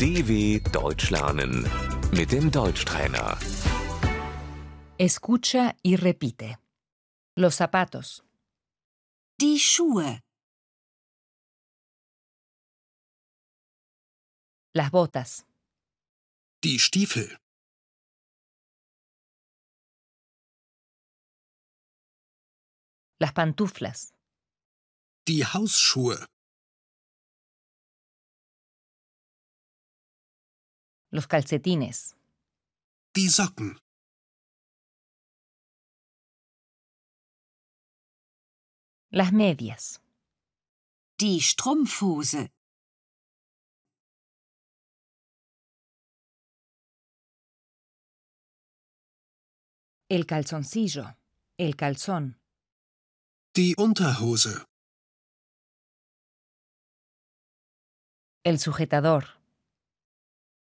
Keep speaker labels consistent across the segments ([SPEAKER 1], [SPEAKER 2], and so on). [SPEAKER 1] DW Deutsch lernen mit dem Deutschtrainer.
[SPEAKER 2] Escucha y repite. Los zapatos,
[SPEAKER 3] Die Schuhe,
[SPEAKER 2] las botas,
[SPEAKER 4] Die Stiefel,
[SPEAKER 2] las pantuflas,
[SPEAKER 4] die Hausschuhe,
[SPEAKER 2] los calcetines,
[SPEAKER 4] die Socken,
[SPEAKER 2] las medias,
[SPEAKER 3] die Strumpfhose,
[SPEAKER 2] el calzoncillo, el calzón,
[SPEAKER 4] die Unterhose,
[SPEAKER 2] el sujetador,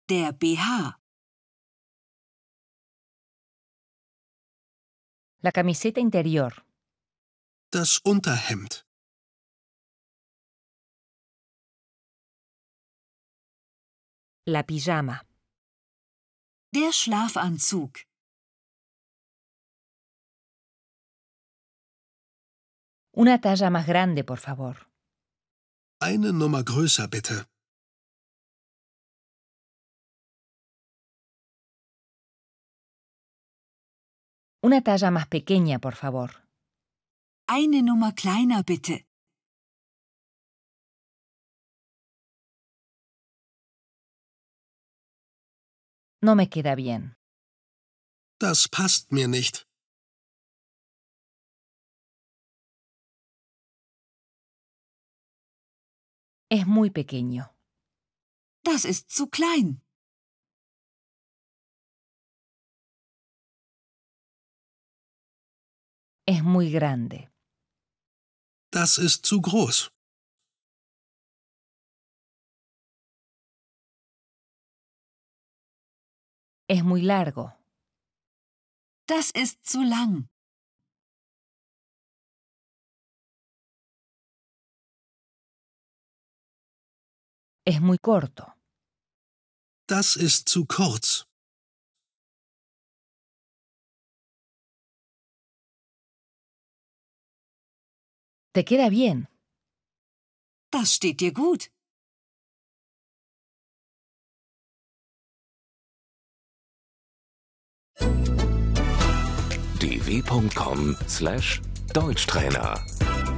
[SPEAKER 3] der BH,
[SPEAKER 2] la camiseta interior,
[SPEAKER 4] das Unterhemd,
[SPEAKER 2] la pijama,
[SPEAKER 3] der Schlafanzug,
[SPEAKER 2] una talla más grande, por favor,
[SPEAKER 4] eine Nummer größer bitte,
[SPEAKER 2] una talla más pequeña, por favor,
[SPEAKER 3] eine Nummer kleiner bitte,
[SPEAKER 2] no me queda bien,
[SPEAKER 4] das passt mir nicht,
[SPEAKER 2] es muy pequeño,
[SPEAKER 3] das ist zu klein,
[SPEAKER 2] es muy grande,
[SPEAKER 4] das ist zu groß,
[SPEAKER 2] es muy largo,
[SPEAKER 3] das ist zu lang,
[SPEAKER 2] es muy corto,
[SPEAKER 4] das ist zu kurz,
[SPEAKER 2] te queda bien,
[SPEAKER 3] das steht dir gut,
[SPEAKER 1] dw.com/deutschtrainer